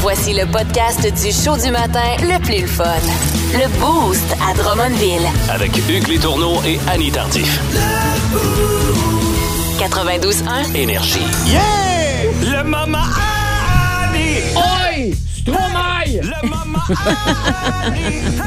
Voici le podcast du show du matin le plus le fun. Le Boost à Drummondville. Avec Hugues Létourneau et Annie Tardif. 92.1. Énergie. Yeah! Le maman Annie! Oi! Stromae! Le maman Annie! Hey! Hey!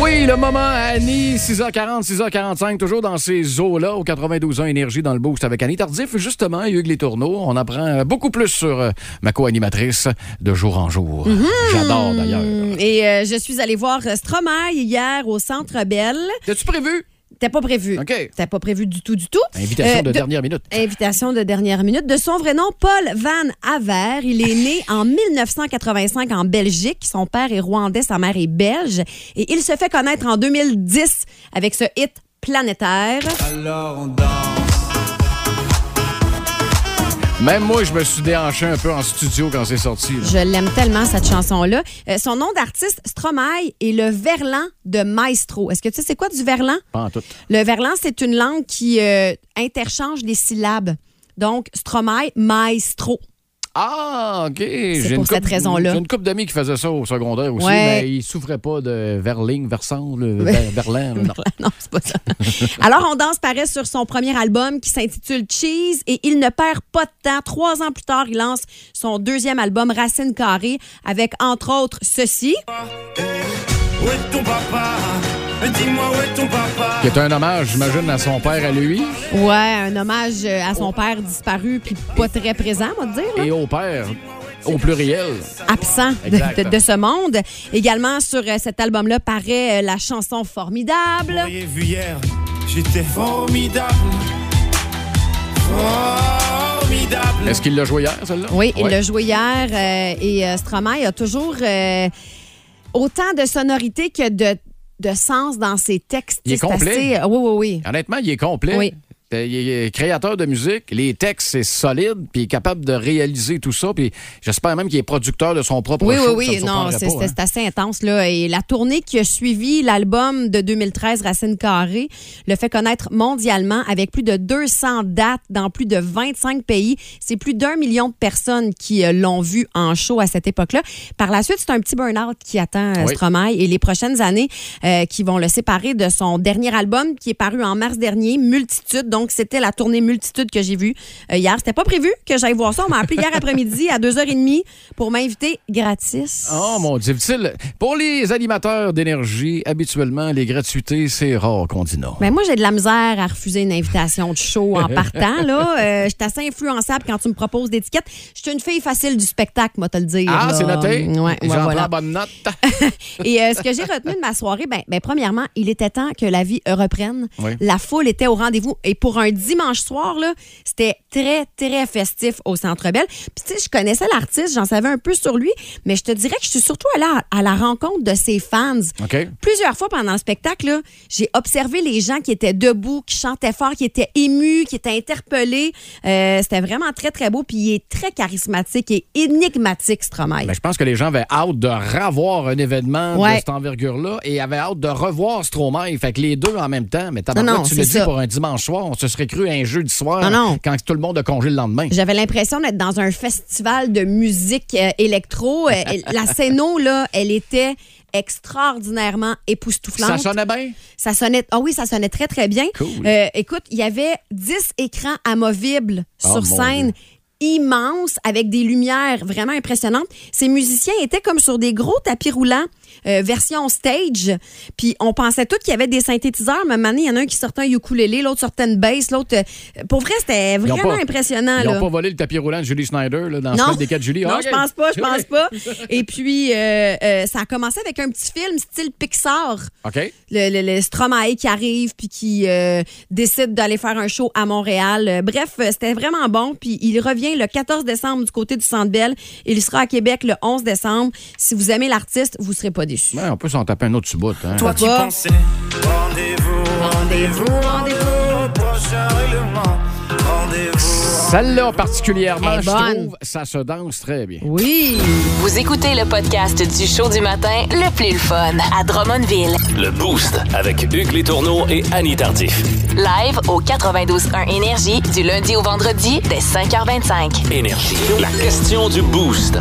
Oui, le moment, Annie, 6h40, 6h45, toujours dans ces eaux-là, au 92 ans Énergie dans le Boost avec Annie Tardif. Justement, Hugues Les Tourneaux, on apprend beaucoup plus sur euh, ma co-animatrice de jour en jour. Mhm. J'adore d'ailleurs. Et euh, je suis allée voir euh, Stromae hier au Centre Belle. T'as-tu prévu? T'as pas prévu. OK. T'as pas prévu du tout, du tout. Invitation Euh, de, dernière minute. Invitation de dernière minute. De son vrai nom, Paul Van Haver. Il est né en 1985 en Belgique. Son père est rwandais, sa mère est belge. Et il se fait connaître en 2010 avec ce hit planétaire. Alors on danse. Même moi, je me suis déhanché un peu en studio quand c'est sorti. là. Je l'aime tellement, cette chanson-là. Euh, son nom d'artiste, Stromae, est le verlan de Maestro. Est-ce que tu sais c'est quoi du verlan? Pas en tout. Le verlan, c'est une langue qui euh, interchange des syllabes. Donc, Stromae, maestro. Ah, OK. J'ai pour une cette couple- raison-là. J'ai une couple d'amis qui faisaient ça au secondaire aussi, Ouais. mais ils souffraient pas de verling, versant, le, Ouais. ver- verlan. là, non. Non, c'est pas ça. Alors, on danse paraît sur son premier album qui s'intitule Cheese et il ne perd pas de temps. Trois ans plus tard, il lance son deuxième album Racine Carrée avec, entre autres, ceci. Où est ton papa? Dis-moi où est ton papa? Qui est un hommage, j'imagine, à son père, à lui, Ouais, un hommage euh, à son père disparu puis pas très présent, on va dire. là. et au père, au pluriel. absent de, Exact. de- de ce monde. Également, sur euh, cet album-là paraît euh, la chanson Formidable. J'avais vu hier, j'étais formidable. Formidable. Est-ce qu'il l'a joué hier, celle-là? Oui, il Ouais. l'a joué hier euh, et euh, Stromae a toujours euh, autant de sonorité que de, de sens dans ses textes. Il est C'est complet. assez- euh, Oui, oui, oui. Honnêtement, il est complet. Oui. Euh, Il est créateur de musique, les textes, c'est solide, puis il est capable de réaliser tout ça. Puis j'espère même qu'il est producteur de son propre Oui, show. oui, ça me oui. Non, surprendrait c'est pas, hein. c'est- c'est assez intense. Là. Et la tournée qui a suivi l'album de 2013, Racine Carrée, le fait connaître mondialement avec plus de 200 dates dans plus de 25 pays. C'est plus d'un million de personnes qui euh, l'ont vu en show à cette époque-là. Par la suite, c'est un petit burn-out qui attend euh, Oui. Stromae et les prochaines années euh, qui vont le séparer de son dernier album qui est paru en mars dernier, Multitude. Donc, c'était la tournée Multitude que j'ai vue euh, hier. C'était pas prévu que j'aille voir ça. On m'a appelé hier après-midi à 2h30 pour m'inviter gratis. Oh mon Dieu, difficile. Pour les animateurs d'énergie, habituellement, les gratuités, c'est rare qu'on dit non. Ben moi, j'ai de la misère à refuser une invitation de show en partant. Là. Euh, je suis assez influençable quand tu me proposes d'étiquettes. Je suis une fille facile du spectacle, moi, te le dire. Ah, là. c'est noté. Ouais, ouais, ben J'en prends voilà. bonne note. Et euh, ce que j'ai retenu de ma soirée, ben, ben, premièrement, il était temps que la vie reprenne. Oui. La foule était au rendez-vous. Et pour un dimanche soir, là, c'était très, très festif au Centre Belle. Puis, tu sais, je connaissais l'artiste, j'en savais un peu sur lui, mais je te dirais que je suis surtout allée à, à la rencontre de ses fans. OK. Plusieurs fois pendant le spectacle, là, j'ai observé les gens qui étaient debout, qui chantaient fort, qui étaient émus, qui étaient interpellés. Euh, c'était vraiment très, très beau. Puis, il est très charismatique et énigmatique, Stromae. Ben, je pense que les gens avaient hâte de revoir un événement de Ouais. cette envergure-là et avaient hâte de revoir Stromae. Fait que les deux en même temps. Mais Non, tabarouette, non, tu l'as c'est dit ça. pour un dimanche soir, on se serait cru un jeudi soir Non, non. quand tout le monde a congé le lendemain. J'avais l'impression d'être dans un festival de musique euh, électro. Euh, la scéno, là, elle était extraordinairement Ça époustouflante. sonnait bien? Ça sonnait, ah oui, ça sonnait très, très bien. Cool. Euh, écoute, il y avait 10 écrans amovibles Ah, sur mon scène. Dieu. immenses, avec des lumières vraiment impressionnantes. Ces musiciens étaient comme sur des gros tapis roulants, euh, version stage. Puis on pensait tous qu'il y avait des synthétiseurs, mais à un moment donné, il y en a un qui sortait un ukulélé, l'autre sortait une bass, l'autre... euh, Pour vrai, c'était Ils ont vraiment pas- impressionnant. Ils là. n'ont pas volé le tapis roulant de Julie Schneider là, dans le des 4 Julie. Non, Ah, je OK. pense pas, je pense OK. pas. Et puis, euh, euh, ça a commencé avec un petit film style Pixar. OK. Le, le, le Stromae qui arrive puis qui euh, décide d'aller faire un show à Montréal. Euh, bref, euh, c'était vraiment bon. Puis il revient le 14 décembre du côté du Centre Bell. Il sera à Québec le 11 décembre. Si vous aimez l'artiste, vous serez pas déçus. Ouais, Ben, on peut s'en taper un autre sous-bout. hein. Toi, tu Pourquoi? pensais. Rendez-vous, rendez-vous, rendez-vous. Prochain règlement. Rendez-vous, Celle-là particulièrement, Elle est je Eh, bonne. trouve, ça se danse très bien. Oui. Vous écoutez le podcast du show du matin le plus le fun à Drummondville. Le Boost avec Hugues Létourneau et Annie Tardif. Live au 92.1 Énergie du lundi au vendredi dès 5h25. Énergie. La question du Boost.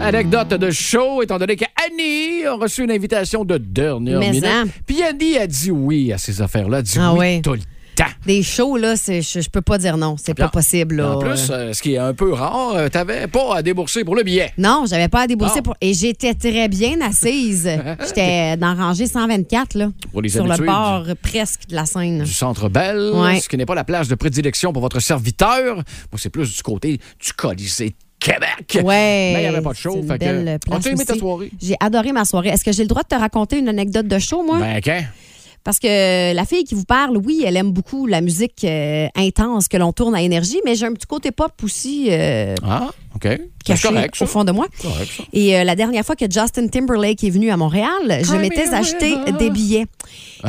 Anecdote de show, étant donné qu'Annie a reçu une invitation de dernière Mais minute. hein. Puis Annie a dit oui à ces affaires-là, a dit Ah oui ouais. tout le temps. Des shows, là, c'est- je, je peux pas dire non. C'est pas Bien. possible. Et là. En plus, euh, ce qui est un peu rare, euh, t'avais pas à débourser pour le billet. Non, j'avais pas à débourser Non. pour. Et j'étais très bien assise. J'étais dans rangée 124, là. Pour les sur le habitués bord euh, presque de la scène. Du centre Bell, Ouais. ce qui n'est pas la place de prédilection pour votre serviteur. Moi, c'est plus du côté du Colisée de Québec. Ouais. Mais il n'y avait pas de c'est show. une fait que- belle place As-tu aimé ta aussi. soirée? J'ai adoré ma soirée. Est-ce que j'ai le droit de te raconter une anecdote de show, moi? Ben, quand? Parce que la fille qui vous parle, oui, elle aime beaucoup la musique euh, intense que l'on tourne à énergie, mais j'ai un petit côté pop aussi euh, Ah, OK. C'est caché correct, ça. au fond de moi. Correct, ça. Et euh, la dernière fois que Justin Timberlake est venu à Montréal, je Cry m'étais me a acheté river. des billets.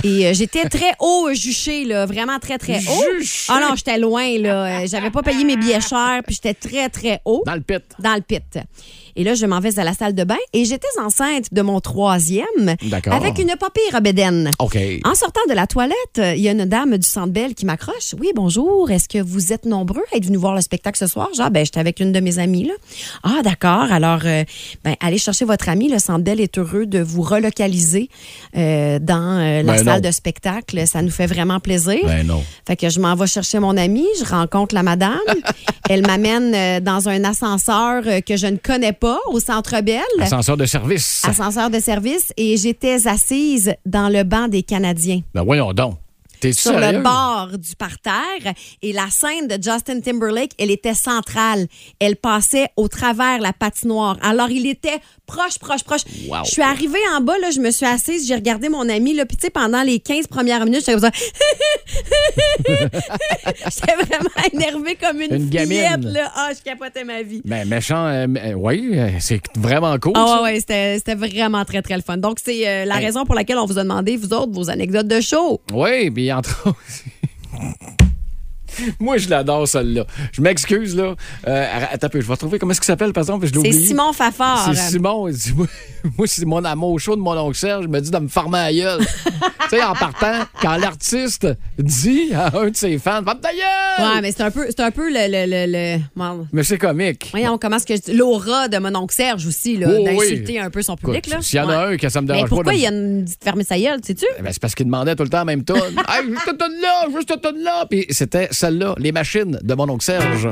Et euh, j'étais très haut euh, juché, là, vraiment très, très haut. Juché. Ah non, j'étais loin, là. Euh, J'avais pas payé mes billets chers, puis j'étais très, très haut Dans le pit. dans le pit. Et là, je m'en vais à la salle de bain et j'étais enceinte de mon troisième D'accord. avec une papille obédène. OK. En sortant de la toilette, euh, il y a une dame du Centre Bell qui m'accroche. Oui, bonjour. Est-ce que vous êtes nombreux à être venus voir le spectacle ce soir? Genre, ben, j'étais avec une de mes amies, là. Ah, d'accord. Alors, euh, ben, allez chercher votre amie. Le Centre Bell est heureux de vous relocaliser euh, dans euh, la Ben salle non. de spectacle. Ça nous fait vraiment plaisir. Ben non. Fait que je m'en vais chercher mon amie, je rencontre la madame. Elle m'amène euh, dans un ascenseur euh, que je ne connais pas au Centre Bell. Ascenseur de Ah, service. Ascenseur de service et j'étais assise dans le banc des Canadiens Ben voyons donc. T'es sur sérieux? le bord du parterre et la scène de Justin Timberlake, elle était centrale. Elle passait au travers la patinoire. Alors il était proche, proche, proche. Wow. Je suis arrivée en bas, là, je me suis assise, j'ai regardé mon ami, là, puis tu sais, pendant les 15 premières minutes, j'étais comme ça. j'étais vraiment énervée comme une, Une gamine. fillette, là. Ah, je capotais ma vie. Ben méchant, euh, euh, oui, euh, c'est vraiment cool. Ah ça. ouais, ouais, c'était c'était vraiment très, très le fun. Donc, c'est euh, la Hey. raison pour laquelle on vous a demandé, vous autres, vos anecdotes de show. Oui, puis entre autres. Moi, je l'adore, celle-là. Je m'excuse, là. Euh, arr- attends, un peu, je vais retrouver comment est-ce qu'il s'appelle, par exemple. Je l'ai C'est oublié. Simon Fafard. C'est Simon. il dit, moi, moi, c'est mon amour chaud de mon oncle Serge. Il me dit de me farmer à gueule. tu sais, en partant, quand l'artiste dit à un de ses fans, Ferme ta gueule! Ouais, mais c'est un peu, c'est un peu le, le, le, le- bon, Mais c'est comique. Voyons comment est-ce que je dis- l'aura de mon oncle Serge aussi là, Oh, d'insulter oui. un peu son public Écoute, là. S'il y en a Ouais. un que ça me Mais dérange pourquoi pas. de- il y en a une petite fermée sa gueule, sais-tu? Ben, c'est parce qu'il demandait tout le temps la même tonne. hey, juste cette tonne-là, juste cette tonne-là. Puis c'était celle-là, les machines de mon oncle Serge.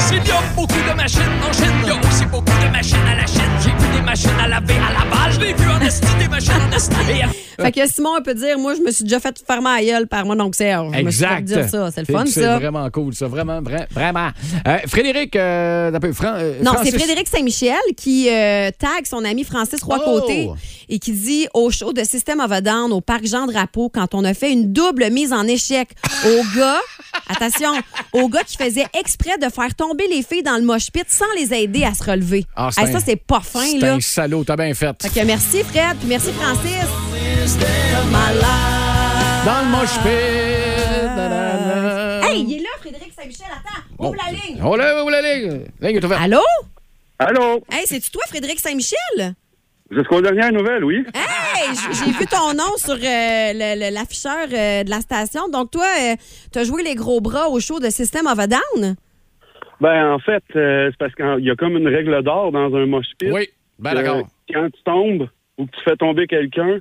S'il y a beaucoup de machines en Chine, il y a aussi beaucoup de machines à la Chine. J'ai vu des machines à laver à la balle, je l'ai vu en esti, des machines en esti. Et Euh, Fait que Simon on peut dire moi je me suis déjà fait fermer la gueule par mon oncle Serge. Je me suis fait Exact. dire ça, c'est le fun ça. C'est vraiment cool, ça. Vraiment, vra- vraiment. Euh, Frédéric, euh, d'un peu, Fran- euh, Non, Francis- c'est Frédéric Saint-Michel qui euh, tag son ami Francis Rois-Côté Oh! et qui dit au show de System of a Down au parc Jean Drapeau quand on a fait une double mise en échec au gars, attention, au gars qui faisait exprès de faire tomber les filles dans le mosh pit sans les aider à se relever. Ah, c'est Hey, un- ça c'est pas fin C'est là. un salaud, t'as bien fait. Fait que merci Fred, puis merci Francis. Dans le mosh pit. nanana. Ah. Hey, il est là Frédéric Saint-Michel, attends, ouvre la ligne. Oh là, oh là, la ligne. La ligne est ouverte. Allô Allô? Hey, c'est toi Frédéric Saint-Michel Jusqu'aux dernières nouvelles, oui? Hey, j- j'ai vu ton nom sur euh, le- le- l'afficheur euh, de la station. Donc, toi, tu as joué les gros bras au show de System of a Down? Ben, en fait, euh, c'est parce qu'il y a comme une règle d'or dans un mosh pit. Oui, ben que d'accord. Quand tu tombes ou que tu fais tomber quelqu'un,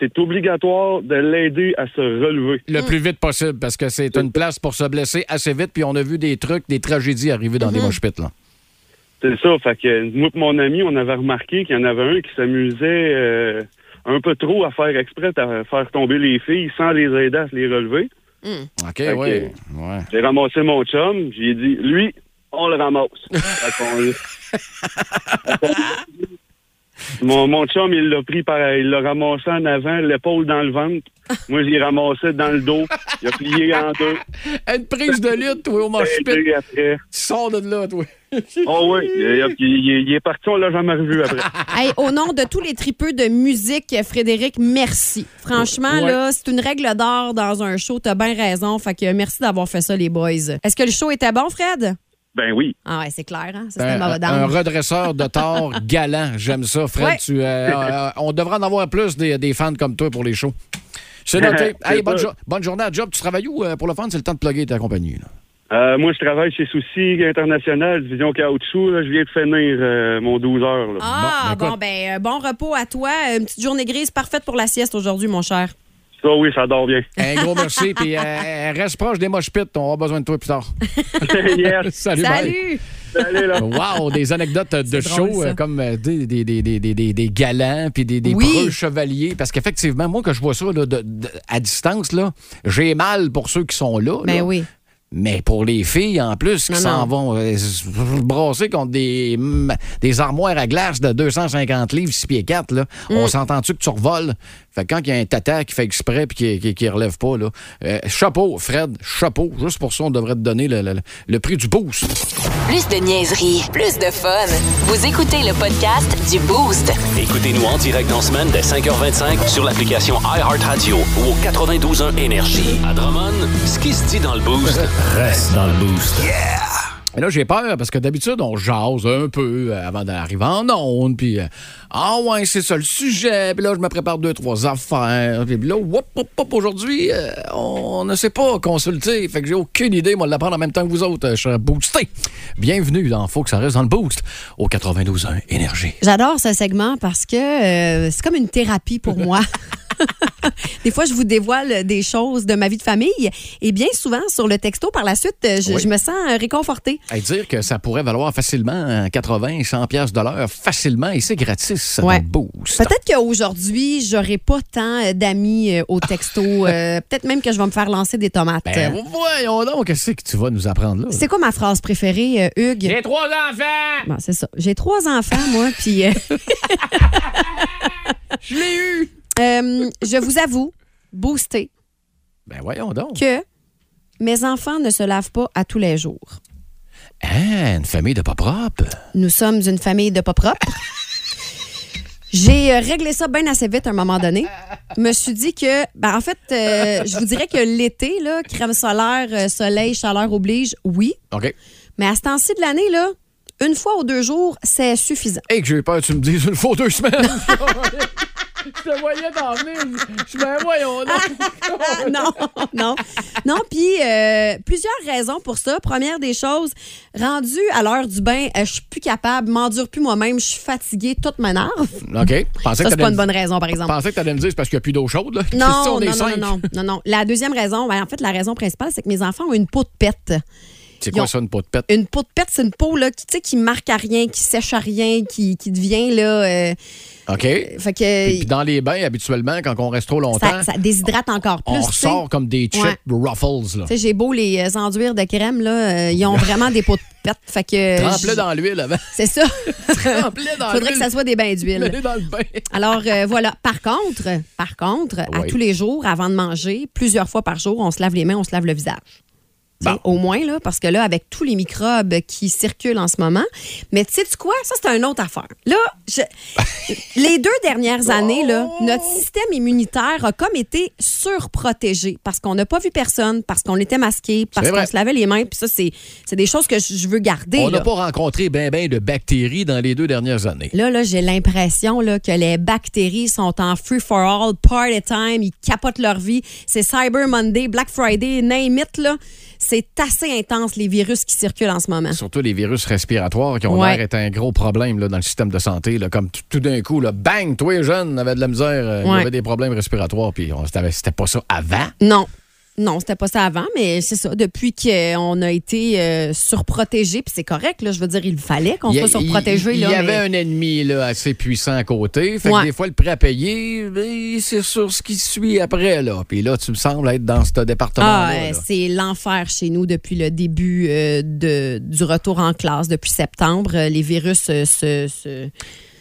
c'est obligatoire de l'aider à se relever. Mm. Le plus vite possible, parce que c'est une place pour se blesser assez vite. Puis on a vu des trucs, des tragédies arriver dans Mm-hmm. les mosh pits. Là. C'est ça, fait que moi et mon ami, on avait remarqué qu'il y en avait un qui s'amusait euh, un peu trop à faire exprès, à faire tomber les filles sans les aider à se les relever. OK, Ok. oui. Ouais. J'ai ramassé mon chum, j'ai dit, lui, on le ramasse. Fait qu'on- Mon, mon chum, il l'a pris par, il l'a ramassé en avant, l'épaule dans le ventre. Moi, je l'ai ramassé dans le dos. Il a plié en deux. Une prise de lutte, toi, au moche pit. Aidé après. Tu sors de là, toi. Oh oui, il, a- il est- il est parti, on l'a jamais revu après. Hey, au nom de tous les tripeux de musique, Frédéric, merci. Franchement, Ouais. là, c'est une règle d'or dans un show. T'as bien raison. Fait que merci d'avoir fait ça, les boys. Est-ce que le show était bon, Fred? Ben oui. Ah ouais, c'est clair, hein? Ça, c'était Un, ma Ben, un madame. redresseur de tort galant. J'aime ça, Fred. Ouais. Tu, euh, euh, on devrait en avoir plus des, des fans comme toi pour les shows. C'est noté. C'est Hey, bonne, ça. jo- bonne journée à Job. Tu travailles où euh, pour le fun? C'est le temps de plugger ta compagnie. là. Euh, moi, je travaille chez Souci International, division caoutchouc. là. je viens de finir euh, mon 12 heures. là. Ah, Bon, ben, bon, ben, euh, bon repos à toi. Une petite journée grise parfaite pour la sieste aujourd'hui, mon cher. Ça, oui, ça dort bien. Un gros merci. Puis euh, reste proche des moches pits. On aura besoin de toi plus tard. yes. Salut, bye. Salut! Allez, là. Wow, des anecdotes de C'est drôle, show ça. euh, comme euh, des, des, des, des, des, des- des galants puis des, des Oui. preux chevaliers. Parce qu'effectivement, moi, quand je vois ça là, de- de- à distance, là, j'ai mal pour ceux qui sont là. Ben là. oui. Mais pour les filles, en plus, qui Non, s'en non. vont euh, s- brasser contre des, mm, des armoires à glace de 250 livres, 6 pieds 4, là, on Hmm. s'entend-tu que tu revoles? Fait que quand il y a un tata qui fait exprès puis qui, qui, qui relève pas, là, euh, chapeau, Fred, chapeau. Juste pour ça, on devrait te donner le, le- le- le prix du boost. Plus de niaiserie, plus de fun. Vous écoutez le podcast du Boost. Écoutez-nous en direct en semaine dès 5h25 sur l'application iHeartRadio ou au 92.1 Énergie. À Drummond, ce qui se dit dans le boost reste dans le boost. Mais là, j'ai peur parce que d'habitude, on jase un peu euh, avant d'arriver en onde. Puis, euh, ah ouais, c'est ça le sujet. Puis là, je me prépare deux, trois affaires. Puis là, whoop, whoop, whoop, aujourd'hui, euh, on ne sait pas consulter. Fait que j'ai aucune idée. Moi, de l'apprendre en même temps que vous autres. Euh, Je suis boosté. Bienvenue dans Faut que ça reste dans le boost au 92.1 Énergie. J'adore ce segment parce que euh, c'est comme une thérapie pour moi. des fois, je vous dévoile des choses de ma vie de famille et bien souvent, sur le texto, par la suite, je, Oui. je me sens euh, réconfortée. À dire que ça pourrait valoir facilement euh, 80, 100 pièces de l'heure facilement et c'est gratis Ouais. dans le boost. Peut-être qu'aujourd'hui, j'aurai pas tant euh, d'amis euh, au texto. Euh, Peut-être même que je vais me faire lancer des tomates. Ben, voyons donc, qu'est-ce que tu vas nous apprendre là? euh, c'est quoi ma phrase préférée, euh, Hugues? J'ai trois enfants! Bon, c'est ça. J'ai trois enfants, moi, puis. euh, je l'ai eu! Euh, je vous avoue, boosté, Ben voyons donc. que mes enfants ne se lavent pas à tous les jours. Ah, une famille de pas propre. Nous sommes une famille de pas propres. J'ai euh, réglé ça bien assez vite à un moment donné. Je me suis dit que, ben, en fait, euh, je vous dirais que l'été, là, crème solaire, euh, soleil, chaleur oblige, oui. OK. Mais à ce temps-ci de l'année, là, une fois ou deux jours, c'est suffisant. Hey, que j'ai peur, que tu me dises une fois deux semaines. Je te voyais t'en venir. Je me voyons donc. Ah, non, non. Non, puis euh, plusieurs raisons pour ça. Première des choses, rendu à l'heure du bain, euh, je suis plus capable, m'endure plus moi-même, je suis fatiguée, toute m'énerve. OK. Pensais Ça, que c'est pas t'allais une me- bonne raison, par exemple. pensais que t'allais me dire c'est parce qu'il n'y a plus d'eau chaude. Là. Non, Si on non, est non, cinq. non, non, non, non. La deuxième raison, ben, en fait, la raison principale, c'est que mes enfants ont une peau de pète. C'est quoi Ils ont- ça, une peau de pète? Une peau de pète, c'est une peau là, qui, tu sais, qui marque à rien, qui sèche à rien, qui, qui devient là. euh, OK. fait que. Puis dans les bains, habituellement, quand on reste trop longtemps, ça, ça déshydrate encore plus. on tu sais. ressort comme des chips Ouais. ruffles. là. Tu sais, j'ai beau les euh, enduire de crème, là, euh, ils ont vraiment des peaux de pète. Fait que. Trempe-le j- dans l'huile avant. C'est ça. Trempe-le dans Faudrait l'huile. que ça soit des bains d'huile. Mets-le dans le bain. Alors euh, voilà. Par contre, par contre, à Oui. tous les jours, avant de manger, plusieurs fois par jour, on se lave les mains, on se lave le visage. Tu sais, Bon. Au moins, là, parce que là, avec tous les microbes qui circulent en ce moment. Mais tu sais quoi? Ça, c'est une autre affaire. Là, je- les deux dernières années, là, notre système immunitaire a comme été surprotégé parce qu'on n'a pas vu personne, parce qu'on était masqué, parce C'est vrai. qu'on se lavait les mains. Puis ça, c'est c'est des choses que je je veux garder. On n'a là. pas rencontré ben ben de bactéries dans les deux dernières années. Là, là j'ai l'impression là, que les bactéries sont en free for all, party time, ils capotent leur vie. C'est Cyber Monday, Black Friday, name it, là. C'est assez intense les virus qui circulent en ce moment. Surtout les virus respiratoires qui ont Hein? Ouais. l'air être un gros problème là, dans le système de santé. là, comme tout, tout d'un coup, là, bang, toi, les jeunes, avait de la misère, euh, il y Ouais. avait des problèmes respiratoires, puis on- c'était c'était pas ça avant. Non. Non, c'était pas ça avant, mais c'est ça. Depuis qu'on a été euh, surprotégé, puis c'est correct, là, je veux dire, il fallait qu'on Il y a- soit surprotégé. Il, il là, y avait mais- Ah, un ennemi là, assez puissant à côté. Fait que Ouais. des fois, le prêt à payer, ben, c'est sur ce qui suit après. Là. Puis là, tu me sembles être dans ce département-là. Ah, là. euh, c'est l'enfer chez nous depuis le début euh, de, du retour en classe, depuis septembre. Euh, Les virus euh, se- se,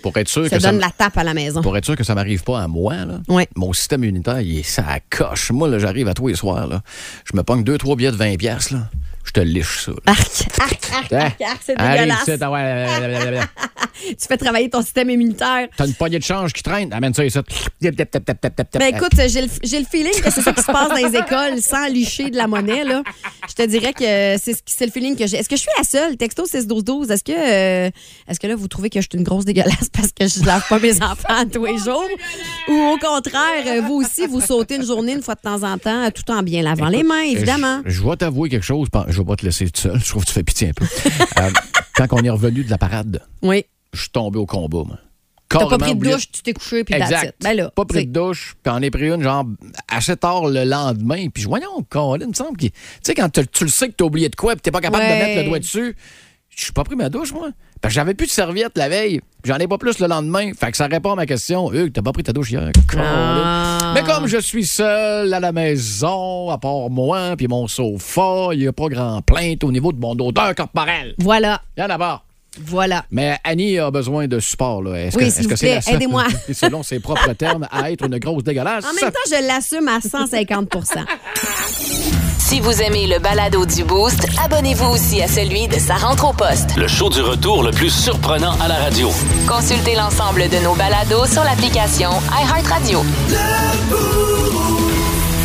Pour être sûr Ça que ça donne m- la tape à la maison. pour être sûr que ça m'arrive pas à moi, là, Ouais. mon système immunitaire, il est ça coche. Moi, là, j'arrive à tous les soirs. Là. Je me pogne deux, trois billets de 20 piastres, là. Je te liche ça. là. Arc, arc, arc, arc, arc, c'est Arrive, dégueulasse. c'est- Hein? ah ouais, euh, blablabla. Tu fais travailler ton système immunitaire. T'as une poignée de change qui traîne. Amène ça et ça. Ben écoute, j'ai le, j'ai le feeling que c'est ça qui se passe dans les écoles sans licher de la monnaie. Là. Je te dirais que c'est, ce qui- c'est le feeling que j'ai. Est-ce que je suis la seule? Texto 6-12-12. Est-ce que, euh, est-ce que là, vous trouvez que je suis une grosse dégueulasse parce que je lave pas mes enfants tous les jours? Ou au contraire, euh, vous aussi, vous sautez une journée une fois de temps en temps tout en bien lavant les mains, évidemment. Euh, Je, je vais t'avouer quelque chose. pan- Je vais pas te laisser tout seul. Je trouve que tu fais pitié un peu. Euh, quand on est revenu de la parade, Oui. je suis tombé au combat, moi. T'as pas Carrément pris de oublié- douche, tu t'es couché, puis that's it. Exact. Ben là, pas pris t'sais. de douche, puis on est pris une, genre, assez tard le lendemain. Puis je- voyons, Colin, il me semble que. Tu sais, quand tu tu le sais que t'as oublié de quoi, puis t'es pas capable Ouais. de mettre le doigt dessus, je suis pas pris ma douche, moi. Parce que j'avais plus de serviette la veille, puis j'en ai pas plus le lendemain. Fait que ça répond à ma question. Hugues, t'as pas pris ta douche hier. Ah. Colin. Mais comme je suis seul à la maison, à part moi, puis mon sofa, il y a pas grand plainte au niveau de mon odeur corporelle. Voilà, Il y en a pas. voilà. Mais Annie a besoin de support. Là. Est-ce Oui, que, s'il est-ce vous que c'est plaît, la seule- aidez-moi. Et selon ses propres termes, à être une grosse dégueulasse. En même temps, je l'assume à 150 Si vous aimez le balado du Boost, abonnez-vous aussi à celui de Sa rentre au poste. Le show du retour le plus surprenant à la radio. Consultez l'ensemble de nos balados sur l'application iHeartRadio.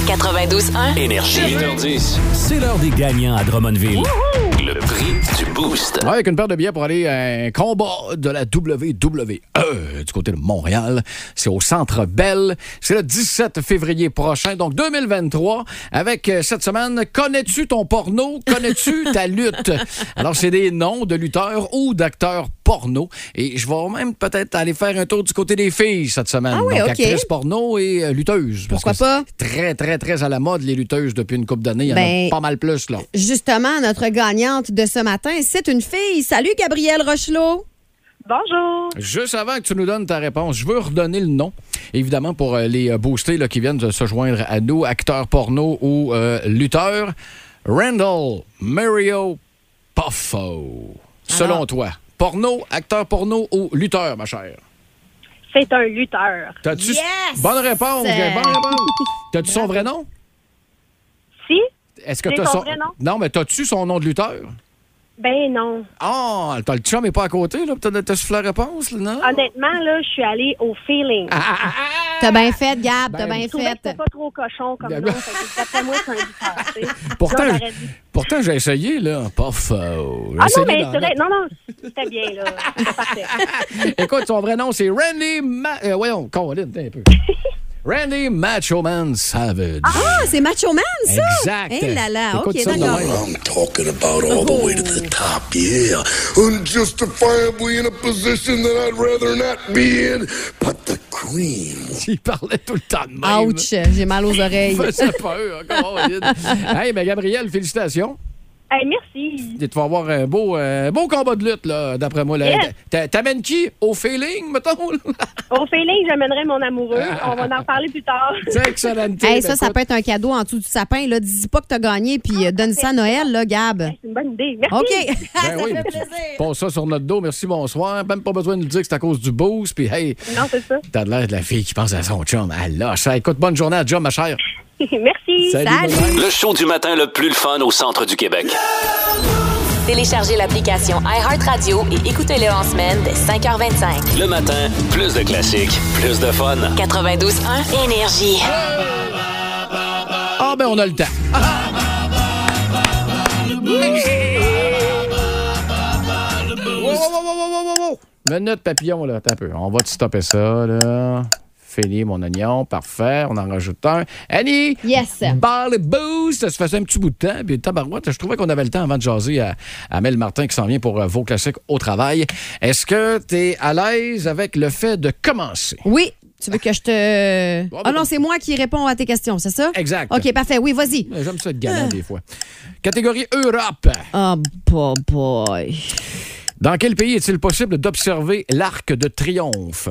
92.1 Énergie. 8h10. C'est l'heure des gagnants à Drummondville. Le prix du boost. Ouais, Avec une paire de billets pour aller à un combat de la WWE du côté de Montréal. C'est au Centre Bell. C'est le 17 février prochain, donc 2023. Avec euh, cette semaine, connais-tu ton porno? Connais-tu ta lutte? Alors, c'est des noms de lutteurs ou d'acteurs porno. Et je vais même peut-être aller faire un tour du côté des filles cette semaine. Ah oui, donc, ok. actrice porno et euh, lutteuse. Parce Pourquoi que pas? c'est Très, très, très à la mode, les lutteuses, depuis une couple d'années. Il y en Ben, a pas mal plus, là. Justement, notre gagnante de ce matin, c'est une fille. Salut, Gabrielle Rochelot. Bonjour. Juste avant que tu nous donnes ta réponse, je veux redonner le nom, évidemment, pour euh, les euh, boostés là, qui viennent de se joindre à nous, acteurs porno ou euh, lutteurs. Randall Mario Ah. Poffo. Selon toi, porno, acteur porno ou lutteur, ma chère? C'est un lutteur. T'as-tu... Yes! Bonne réponse, Euh. bonne réponse. T'as-tu son vrai nom? Si? Est-ce que J'ai t'as son vrai nom. Non, mais t'as-tu son nom de lutteur? Ben non. Ah, t'as le chum est pas à côté, là, pis t'as, t'as soufflé la réponse, là, non? Honnêtement, là, je suis allée au feeling. T'as bien fait, Gab, t'as Ben, bien Je trouvais que c'était fait. pas trop cochon comme Ben, ben. nom. fait que D'après moi, c'est un lutteur. tu sais. Pourtant, Là, je- j'aurais dit- pourtant, j'ai essayé, là. Poffo. J'ai Ah non, essayé mais d'en c'est vrai. mettre- Non, non, c'était bien, là. C'était parfait. Écoute, son vrai nom, c'est Randy... Ma... euh, voyons, Colin, t'es un peu. Randy Macho Man Savage. Ah, c'est Macho Man, ça? exact. Eh là là, Écoute OK, ça de d'accord. même. I'm talking about all the way to the top, yeah. Unjustifiably in a position that I'd rather not be in, but the cream. Il parlait tout le temps de même. Ouch, j'ai mal aux oreilles. Faisait peur, hein, Colin. Hey, ben Gabriel, félicitations. Hey, merci. Tu vas avoir un beau, euh, beau combat de lutte, là, d'après moi. là. Yes. T'a- T'amènes qui? Au feeling, mettons? là? Au feeling, j'amènerai mon amoureux. On Ah. va en reparler plus tard. C'est excellent. Hey, Ben, ça, ça écoute, peut être un cadeau en dessous du sapin. Là. Dis pas que t'as gagné, puis euh, donne ça à Noël, là, Gab. C'est une bonne idée. Merci. OK. Ben ça Ben oui, fait mais tu- plaisir. Pose ça sur notre dos. Merci, bonsoir. Même pas besoin de nous dire que c'est à cause du boost. Puis, hey, Non, c'est ça. t'as l'air de la fille qui pense à son chum. Elle lâche. ça. Écoute, bonne journée à John, ma chère. merci. Salut. Salut. Le show du matin le plus le fun au centre du Québec. Téléchargez l'application iHeartRadio et écoutez-le en semaine dès 5h25. Le matin, plus de classiques, plus de fun. 92.1 Énergie. Ah, ben, on a le temps. Wow, wow, wow, wow, wow, wow, wow. Minute papillon, là. Attends un peu. On va te stopper ça, là. Fini, mon oignon. Parfait. On en rajoute un. Annie! Yes. Bar le boost, ça se faisait un petit bout de temps. Puis tabarouette, je trouvais qu'on avait le temps avant de jaser à, à Mel Martin qui s'en vient pour euh, vos classiques au travail. Est-ce que tu es à l'aise avec le fait de commencer? Oui, tu veux que je te... Bon, Ah ben- non, c'est moi qui réponds à tes questions, c'est ça? Exact. OK, parfait. Oui, vas-y. Euh, J'aime ça être galant des fois. Catégorie Europe. Oh, boy, boy. Dans quel pays est-il possible d'observer l'arc de triomphe?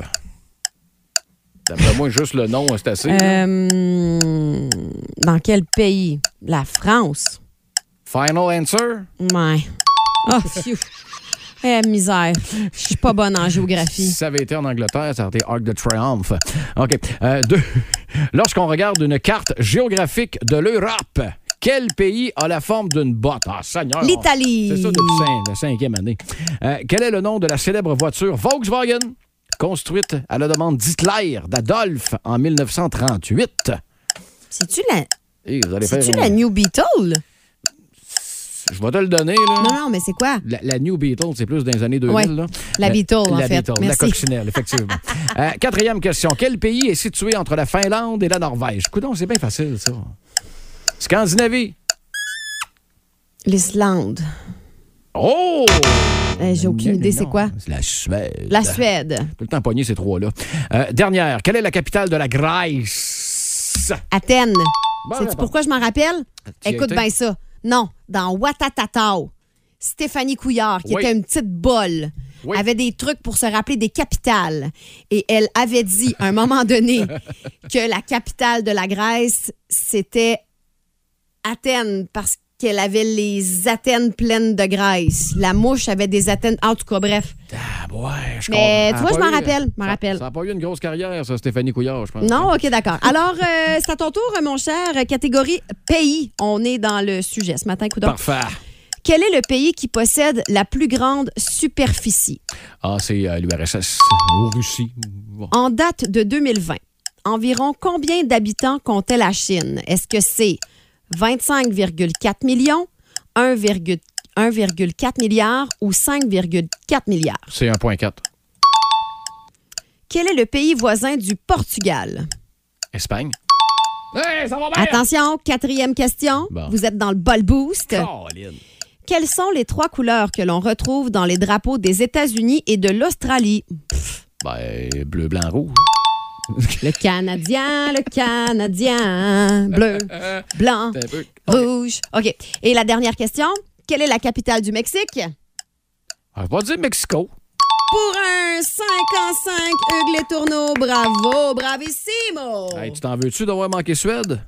D'après moi, juste le nom, c'est assez. Euh, dans quel pays? La France. Final answer? Ouais. Ah, phew. Eh, misère. Je suis pas bonne en géographie. Si ça avait été en Angleterre, ça aurait été Arc de Triomphe. OK. Euh, deux. Lorsqu'on regarde une carte géographique de l'Europe, quel pays a la forme d'une botte? Ah, Seigneur! L'Italie. C'est ça depuis cin- la cinquième année. Euh, quel est le nom de la célèbre voiture Volkswagen, construite à la demande d'Hitler, d'Adolphe, en 1938? C'est-tu la, Et Eh, vous allez c'est-tu faire la un- New Beetle? Je vais te le donner, là. Non, non, mais c'est quoi? La, la New Beetle, c'est plus dans les années 2000. Ouais. là. Euh, La Beetle, en la fait. Beetle, La Merci. coccinelle, effectivement. Euh, quatrième question. Quel pays est situé entre la Finlande et la Norvège? Coudon, c'est bien facile, ça. Scandinavie. L'Islande. Oh! Eh, J'ai aucune Non, idée, non, c'est quoi? c'est La Suède. La Suède. Tout le temps pogné, ces trois-là. Euh, dernière. Quelle est la capitale de la Grèce? Athènes. Bonne Sais-tu réponse. pourquoi je m'en rappelle? Ah, Tu y as Écoute été? bien ça. Non, dans Watatatao, Stéphanie Couillard, qui Oui. était une petite bolle, Oui. avait des trucs pour se rappeler des capitales. Et elle avait dit, à un moment donné, que la capitale de la Grèce, c'était Athènes, parce qu'elle avait les Athènes pleines de Grèce. La mouche avait des Athènes. En tout cas, bref. Ah, ouais, je comprends. Mais Ben, Ça a tu vois, je pas m'en eu- rappelle, je m'en ça- rappelle. Ça n'a pas eu une grosse carrière, ça, Stéphanie Couillard, je pense. Non, OK, d'accord. Alors, euh, c'est à ton tour, mon cher. Catégorie pays. On est dans le sujet ce matin, coudonc. Parfait. Quel est le pays qui possède la plus grande superficie? Ah, c'est euh, l'URSS. Ou Russie. Bon. En date de 2020, environ combien d'habitants comptait la Chine? Est-ce que c'est 25,4 millions, 1,4 1,4 milliard ou 5,4 milliards? C'est 1,4. Quel est le pays voisin du Portugal? Espagne. Hey, ça va bien! Attention, quatrième question. Bon. Vous êtes dans le bol boost. Caroline. Quelles sont les trois couleurs que l'on retrouve dans les drapeaux des États-Unis et de l'Australie? Ben, bleu, blanc, rouge. Le Canadien, le Canadien, bleu, blanc, T'as un peu. rouge. OK. Et la dernière question, quelle est la capitale du Mexique? On va dire Mexico. Pour un 5 en 5, Hugues Les Tourneaux, bravo, bravissimo! Hey, tu t'en veux-tu d'avoir manqué Suède?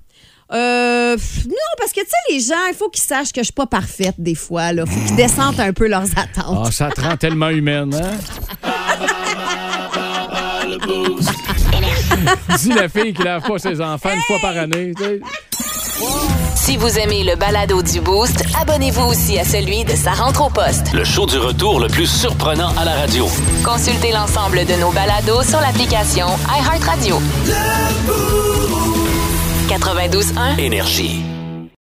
Euh, pff, non, parce que, tu sais, les gens, il faut qu'ils sachent que je suis pas parfaite des fois, là. faut qu'ils descendent un peu leurs Ah, attentes. ça te rend tellement humaine, hein? Dis la fille qui lave pas ses enfants une fois par année. tu sais. Si vous aimez le balado du Boost, abonnez-vous aussi à celui de Sa rentre au poste. Le show du retour le plus surprenant à la radio. Consultez l'ensemble de nos balados sur l'application iHeartRadio. 92.1 Énergie.